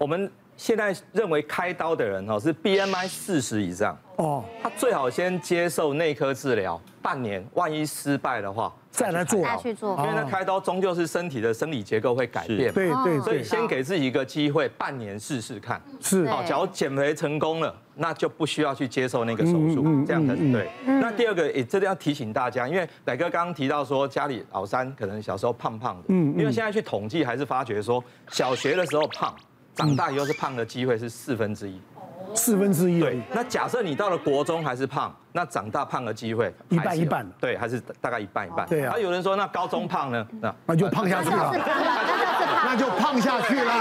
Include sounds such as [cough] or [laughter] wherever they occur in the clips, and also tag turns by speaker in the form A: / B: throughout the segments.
A: 我们现在认为开刀的人哦是 BMI 四十以上
B: 哦，
A: 他最好先接受内科治疗半年，万一失败的话
B: 再来做
A: 才
C: 再
A: 去
C: 去
A: 做，
C: 做
A: 因为
B: 哦
A: 那开刀终究是身体的生理结构会改变嘛，哦
B: 对对
A: 所以
B: 对，
A: 先给自己一个机会，半年试试看。
B: 是
C: 对
A: 好，假如减肥成功了，那就不需要去接受那个手术，
B: 嗯
A: 这样才是对。那第二个也真的要提醒大家，因为奶哥刚刚提到说家里老三可能小时候胖胖的，嗯，因为现在去统计还是发觉说小学的时候胖，长大以后是胖的机会是四分之一。
B: 四分之一而
A: 对
B: 已，，
A: 那假设你到了国中还是胖，那长大胖的机会
B: 一
A: 还是有
B: 半一半
A: 对，还是大概一半一半。
B: 对啊
A: 那有人说那高中胖呢？那
B: 那就胖下去了，那就胖下去了。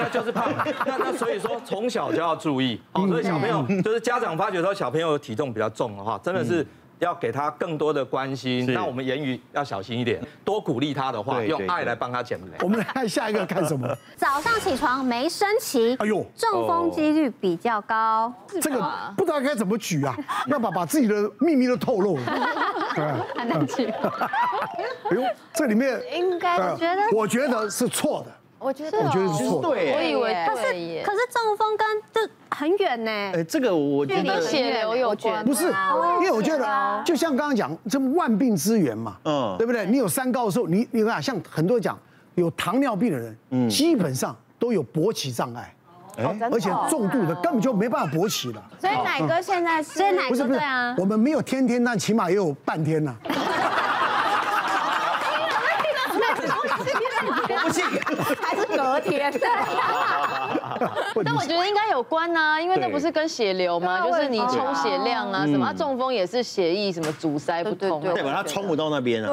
A: 那就是胖。那那所以说，从小就要注意哦。所以小朋友就是家长发觉说小朋友体重比较重的话，真的是。要给他更多的关心，
D: 是
A: 那我们言语要小心一点，多鼓励他的话，
D: 对对
A: 用爱
D: 对
A: 来帮他减肥。
B: 我们来看下一个看什么？
C: 早上起床没升旗，
B: 哎呦
C: 中风几率比较高。
B: 这个不知道该怎么举啊，要把把自己的秘密都透露了。
E: 很难去。
B: 哎呦，这里面
F: 应该
B: 呃
C: 我觉得
B: 我觉得是错的，
F: 我觉
E: 哦
F: 得
B: 我觉得是错的。
F: 我以为
C: 可是可是中风跟这很远呢，
D: 哎，这个我觉
C: 距离
D: 得
C: 很
F: 血流有关
C: 远
B: 不是，因为我觉
C: 对
B: 得
C: 啊
B: 就像刚刚讲，这万病之源嘛，嗯
D: 嗯，
B: 对不对？你有三高的时候，你你看，像很多人讲有糖尿病的人，
D: 嗯
B: 基本上都有勃起障碍，
D: 哎
C: 哦
B: 而且重度的根本就没办法勃起的。
F: 所以奶哥现在是
C: 哦所以奶
B: 不是
C: 哥
B: 不是
C: 哦对啊，，
B: 我们没有天天，但起码也有半天呐。
F: 还是隔天？
E: 但我觉得应该有关呐、因为那不是跟血流
G: 啊
E: 吗？就是你充血量啊
G: 嗯
E: 什么，啊中风也是血液什么阻塞不通、啊
F: 对对
D: 代表他冲不到那边啊，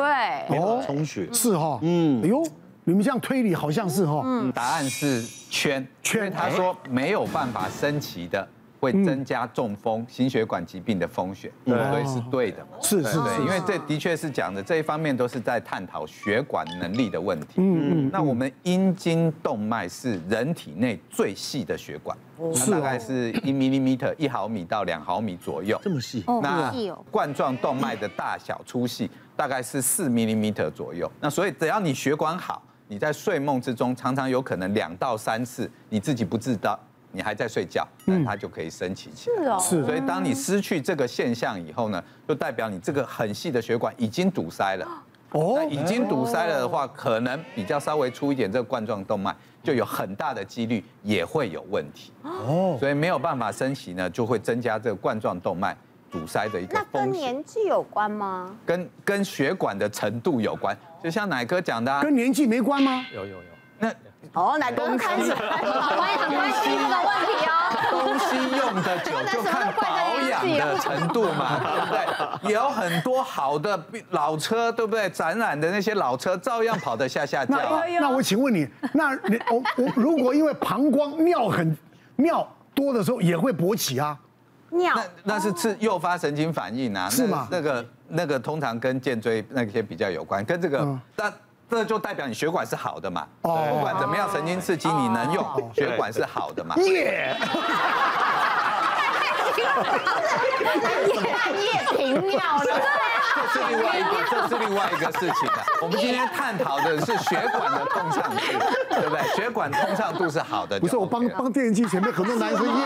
F: 对，
D: 没办法充血。
B: 哦是哈，嗯，哎呦，你们这样推理好像是哈，
C: 嗯
H: 嗯答案是圈哎
B: 圈
H: 因为他说没有办法升旗的，会增加中风、心血管疾病的风险，所以是对的嘛。
B: 是
H: 对
B: 是
H: 对，因为这的确是讲的这一方面都是在探讨血管能力的问题。嗯嗯。那我们阴茎动脉是人体内最细的血管，它大概是一 millimeter 一毫米到两毫米左右。
D: 这么细，
C: 哦
H: 那
C: 好细哦
H: 冠状动脉的大小粗细大概是四 m m 左右。那所以只要你血管好，你在睡梦之中常常有可能两到三次，你自己不知道，你还在睡觉，那它就可以升起起来。
F: 是哦
B: 是
H: 所以当你失去这个现象以后呢，就代表你这个很细的血管已经堵塞了。那
B: 哦，
H: 已经堵塞了的话，可能比较稍微粗一点这个冠状动脉，就有很大的几率也会有问题。哦，所以没有办法升息呢，就会增加这个冠状动脉堵塞的一个
F: 那
H: 风
F: 跟
H: 险，
F: 年纪有关吗？
H: 跟跟血管的程度有关。就像奶哥讲的、啊，
B: 跟年纪没关吗？
A: 有有有。
H: 那
F: 哦，奶哥开始
C: 我也很关心这个问题哦。
H: 东西用的久，就看保养的程度嘛，对不对？也有很多好的老车，对不对？展览的那些老车照样跑得下下轿啊
B: 那。那我请问你，那你我我如果因为膀胱尿很尿多的时候也会勃起啊？
C: [laughs]
F: 尿
H: 那那是刺诱发神经反应啊，
B: 是吗
H: 那那个那个通常跟颈椎那些比较有关，跟这个
B: 嗯
H: 那。这就代表你血管是好的嘛，
B: 哦
H: 不管怎么样，神经刺激你能用，血管是好的嘛。
B: 耶，
F: 半夜停尿了， [laughs]
H: 这是另外一个，这是另外一个事
B: [laughs]
H: 情啊。我们今天探讨的是血管的通畅度，对不对？血管通畅度是好的就 OK 了，
B: 不是我帮帮电视机前面很多男生
H: [laughs]
B: 耶，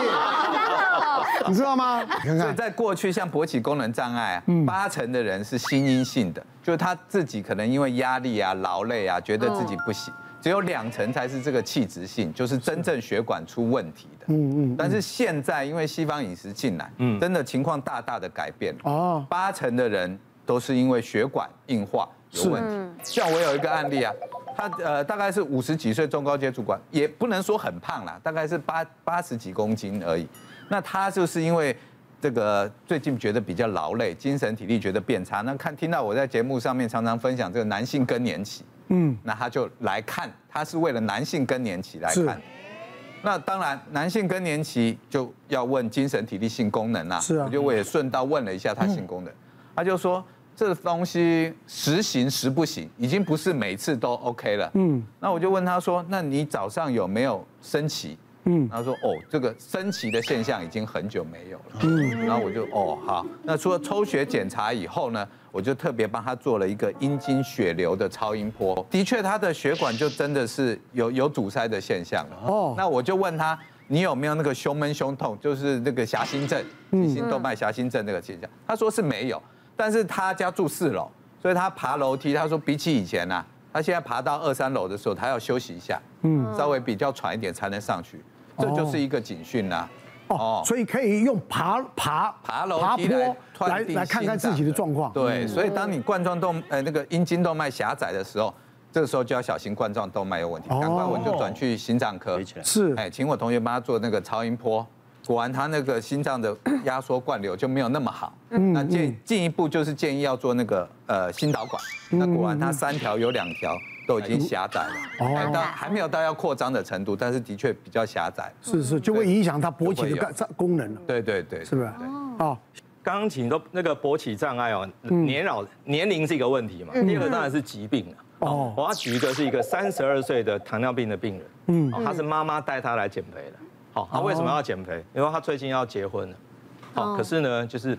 B: [laughs] 你知道吗？你看
H: 所以
B: 看，
H: 在过去，像勃起功能障碍啊，
B: 嗯
H: 八成的人是心因性的，就是他自己可能因为压力啊、劳累啊，觉得自己不行。
B: 哦
H: 只有两成才是这个器质性，就是真正血管出问题的。嗯嗯。但是现在因为西方饮食进来，嗯，真的情况大大的改变了。
B: 哦
H: 哦。八成的人都是因为血管硬化有问题。像我有一个案例啊，他呃大概是五十几岁中高阶主管，也不能说很胖啦，大概是八八十几公斤而已。那他就是因为这个最近觉得比较劳累，精神体力觉得变差。那看听到我在节目上面常常分享这个男性更年期，嗯，那他就来看，他是为了男性更年期来
B: 是
H: 看。那当然，男性更年期就要问精神体力性功能啦、
B: 是啊
H: 我就我也顺道问了一下他性功能，他就说这东西时行时不行，已经不是每次都 OK 了。嗯，那我就问他说，那你早上有没有升旗？嗯，他说哦，这个升旗的现象已经很久没有了。嗯，然后我就哦好，那除了抽血检查以后呢，我就特别帮他做了一个阴茎血流的超音波，的确他的血管就真的是有有阻塞的现象了。
B: 哦
H: 哦，那我就问他，你有没有那个胸闷胸痛，就是那个狭心症，急性动脉狭心症那个现象？他说是没有，但是他家住四楼，所以他爬楼梯，他说比起以前啊，他现在爬到二三楼的时候，他要休息一下，嗯，稍微比较喘一点才能上去，这就是一个警讯啊啦、
B: 哦，所以可以用爬爬
H: 爬楼
B: 爬
H: 梯来
B: 坡
H: 断
B: 来
H: 定
B: 来看看
H: 心
B: 自
H: 脏
B: 己的状况。
H: 对，所以当你冠状动呃那个阴茎动脉狭窄的时候，这个时候就要小心冠状动脉有问题，
B: 哦
H: 赶快我就转去心脏科
D: 围起来。
B: 是
H: 哎，请我同学帮他做那个超音波。果然，他那个心脏的压缩灌流就没有那么好。
B: 嗯
H: 那进进一步就是建议要做那个呃心导管。
B: 嗯
H: 那果然，他三条有两条都已经狭窄了，
B: 哦
H: 还到还没有到要扩张的程度，但是的确比较狭窄。
B: 是是，就会影响他勃起
H: 就
B: 的
H: 会有
B: 干功能了，
H: 对对对，
B: 是不是？哦，
A: 刚刚请都那个勃起障碍哦，年老年龄是一个问题嘛，第二个当然是疾病啊。嗯
B: 哦
A: 哦，我要举一个是一个三十二岁的糖尿病的病人，嗯，哦他是妈妈带他来减肥的。好，他为什么要减肥？因为他最近要结婚了。好，可是呢，就是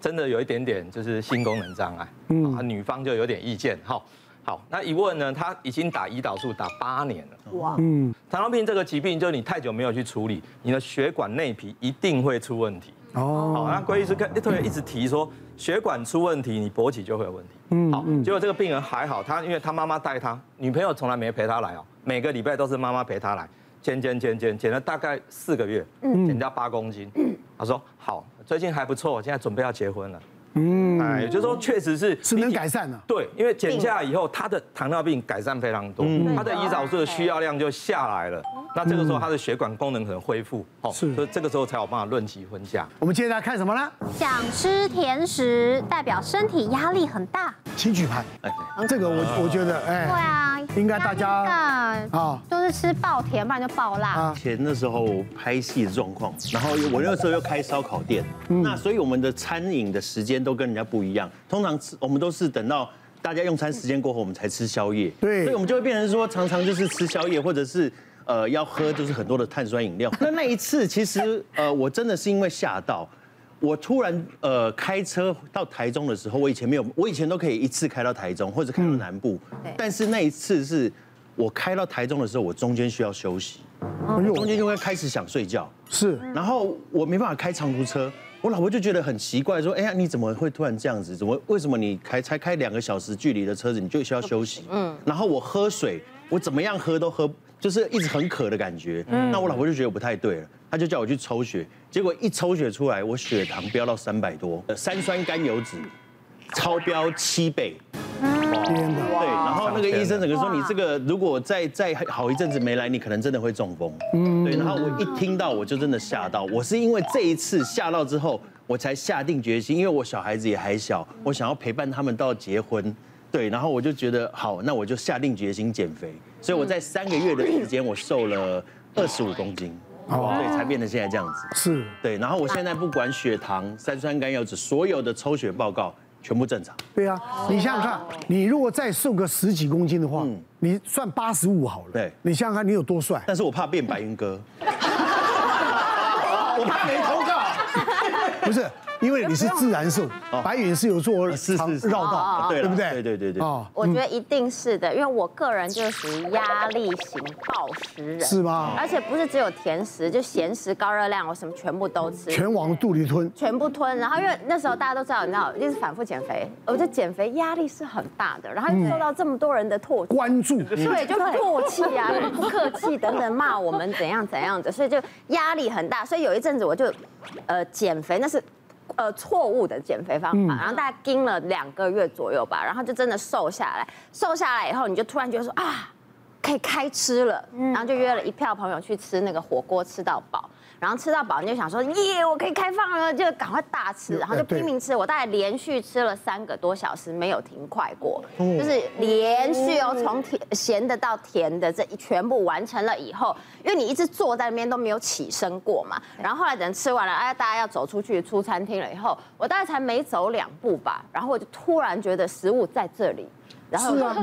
A: 真的有一点点就是性功能障碍，嗯，女方就有点意见。好，好，那一问呢，他已经打胰岛素打八年了。
F: 哇，
B: 嗯
A: 糖尿病这个疾病，就是你太久没有去处理，你的血管内皮一定会出问题。
B: 哦，
A: 好，那郭医师跟特别一直提说，血管出问题，你勃起就会有问题。嗯，好，结果这个病人还好，他因为他妈妈带他，女朋友从来没陪他来哦，每个礼拜都是妈妈陪他来，减减减减减了大概四个月，
B: 嗯
A: 减掉八公斤。他说好，最近还不错，现在准备要结婚了。嗯，哎，也就是说确实是
B: 是能改善的。
A: 对，因为减下来以后，他的糖尿病改善非常多，
B: 嗯
A: 他的胰岛素的需要量就下来了。那这个时候他的血管功能可能恢复，哦，
B: 是
A: 所以这个时候才有办法论及婚嫁。
B: 我们接下来看什么呢？
C: 想吃甜食代表身体压力很大。
B: 请举牌。
H: 哎
B: 这个我我觉得，
F: 对
B: 哎，
F: 啊，
B: 应该大家
F: 那个
B: 啊，
F: 就是吃爆甜，不然就爆辣。
B: 啊
D: 以前那时候拍戏的状况，然后我那时候又开烧烤店，那所以我们的餐饮的时间都跟人家不一样。通常吃我们都是等到大家用餐时间过后，我们才吃宵夜。
B: 对
D: 所以我们就会变成说，常常就是吃宵夜，或者是呃要喝就是很多的碳酸饮料。那那一次其实呃我真的是因为吓到。我突然呃开车到台中的时候，我以前没有，我以前都可以一次开到台中或者开到南部，但是那一次是我开到台中的时候，我中间需要休息，
G: 哦
B: 哎呦
D: 中间就会开始想睡觉，
B: 是
D: 然后我没办法开长途车，我老婆就觉得很奇怪，说：“哎呀，你怎么会突然这样子？怎么为什么你开才开两个小时距离的车子，你就需要休息？”嗯，然后我喝水，我怎么样喝都喝，就是一直很渴的感觉。那我老婆就觉得不太对了，她就叫我去抽血，结果一抽血出来，我血糖飙到三百多，呃三酸甘油酯超标七倍。
B: 天哪，
D: 对，然后那个医生整个说你这个如果再再好一阵子没来，你可能真的会中风。嗯，对，然后我一听到我就真的吓到，我是因为这一次吓到之后，我才下定决心，因为我小孩子也还小，我想要陪伴他们到结婚。对，然后我就觉得好，那我就下定决心减肥，所以我在三个月的时间，我瘦了二十五公斤，对，才变成现在这样子。
B: 是
D: 对，然后我现在不管血糖、三酸甘油酯，所有的抽血报告全部正常。
B: 对啊，
G: 哦
B: 你想想看，你如果再瘦个十几公斤的话，你算八十五好了。
D: 嗯对
B: 你想想看，你有多
D: [laughs]
B: 帅？
D: 但是我怕变白云哥， [laughs] 我怕没投稿。
B: 不是，因为你是自然瘦，
G: 哦
B: 白云是有做
D: 哦是
B: 长
D: 是是
B: 绕道，
D: 对
B: 对
D: 啦
B: 不对？
D: 对对对对
B: 哦，
G: 我觉得一定是的，因为我个人就是属于压力型暴食人，
B: 是吗？
G: 而且不是只有甜食，就咸食、高热量，我什么全部都吃，
B: 全往肚里吞，
G: 全部吞。然后因为那时候大家都知道，你知道，一定是反复减肥，我就减肥压力是很大的，然后
B: 嗯
G: 又受到这么多人的唾弃。
B: 关注
G: 对，就唾弃啊，不客气等等骂我们怎样怎样的，所以就压力很大。所以有一阵子我就，呃，减肥那是，呃，错误的减肥方法，然后大概盯了两个月左右吧，然后就真的瘦下来。瘦下来以后，你就突然觉得说啊，可以开吃了，然后就约了一票朋友去吃那个火锅，吃到饱。然后吃到饱，你就想说耶，我可以开放了，就赶快大吃，然后就
B: 对
G: 拼命吃。我大概连续吃了三个多小时，没有停快过，
B: 哦
G: 就是连续哦，从甜咸的到甜的这一全部完成了以后，因为你一直坐在那边都没有起身过嘛。然后后来等吃完了，哎，大家要走出去出餐厅了以后，我大概才 [laughs] 没走两步吧，然后我就突然觉得食物在这里，然后我就
B: 啊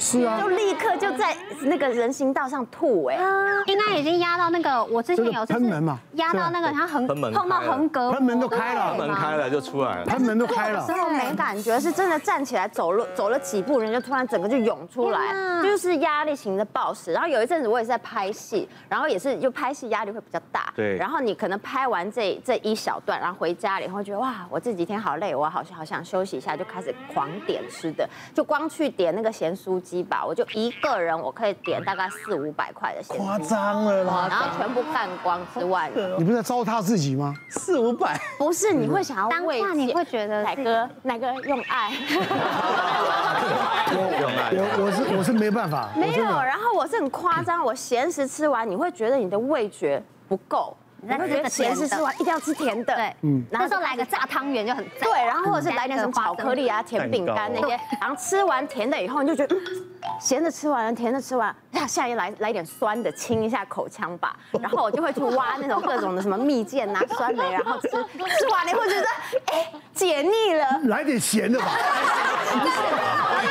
B: 是啊
G: 就，立刻就在那个人行道上吐
C: 啊
G: 哎、
C: 应该已经压到那个，我之前有
B: 这个喷门嘛
C: 压到那个，然后横
A: 喷门
C: 碰到
A: 开了
C: 横膈膜，
B: 喷门都开了
A: 门开了就出来了。
B: [laughs] 他门都开了
G: [laughs] 之，后没感觉，是真的站起来走路走了几步，人就突然整个就涌出来
C: 天，哪
G: 就是压力型的暴食。然后有一阵子我也是在拍戏，然后也是就拍戏压力会比较大，
D: 对
G: 然后你可能拍完这这一小段，然后回家里，然后觉得哇，我这几天好累，我好好想休息一下，就开始狂点吃的，就光去点那个咸酥鸡吧，我就一个人我可以点大概四五百块的咸酥
D: 夸
G: 鸡。
D: 张了啦，
G: 然后全部干光之外，
B: 你不是在糟蹋自己吗？
D: 四五百，
G: 不是你会想要
C: 当
G: 慰
C: 下你
G: 藉
C: 会觉得
G: 奶
C: 自己
G: 哥，奶哥用
C: [laughs]
G: 爱。
A: 用
D: 哎
A: 爱
B: 我我是我是没办法，
G: 没有，然后我是很夸张，我咸食吃完，你会觉得你的味觉不够，你
C: 那
G: 会
C: 吃
G: 觉得
C: 个
G: 咸食
C: 甜的
G: 吃完一定要吃甜的，
C: 对，
G: 然后
C: 那时候来个炸汤圆就很赞，
G: 对，然后或者
C: 加
G: 是来
C: 一
G: 点
C: 个
G: 什么
C: 花
G: 巧
C: 生
G: 克力啊、甜饼干那
D: 蛋
G: 些，然后吃完甜的以后，你就觉得嗯咸的吃完了，甜的吃完，呀，下一来来点酸的，清一下口腔吧。然后我就会去挖那种各种的什么蜜饯啊、酸梅，然后吃，吃完你会觉得哎解腻了，
B: 来点咸的吧。
C: 然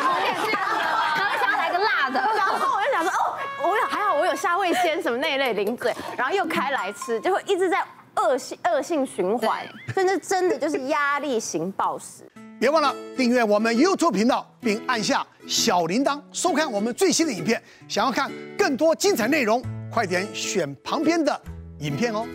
C: 后想要来个辣的，
G: 然后我就想说，哦，我有还好，我有虾味鲜什么那一类零嘴，然后又开来吃，就会一直在恶性恶性循环，所以那真的就是压力型暴食。
B: 别忘了订阅我们 YouTube 频道，并按下小铃铛，收看我们最新的影片。想要看更多精彩内容，快点选旁边的影片哦。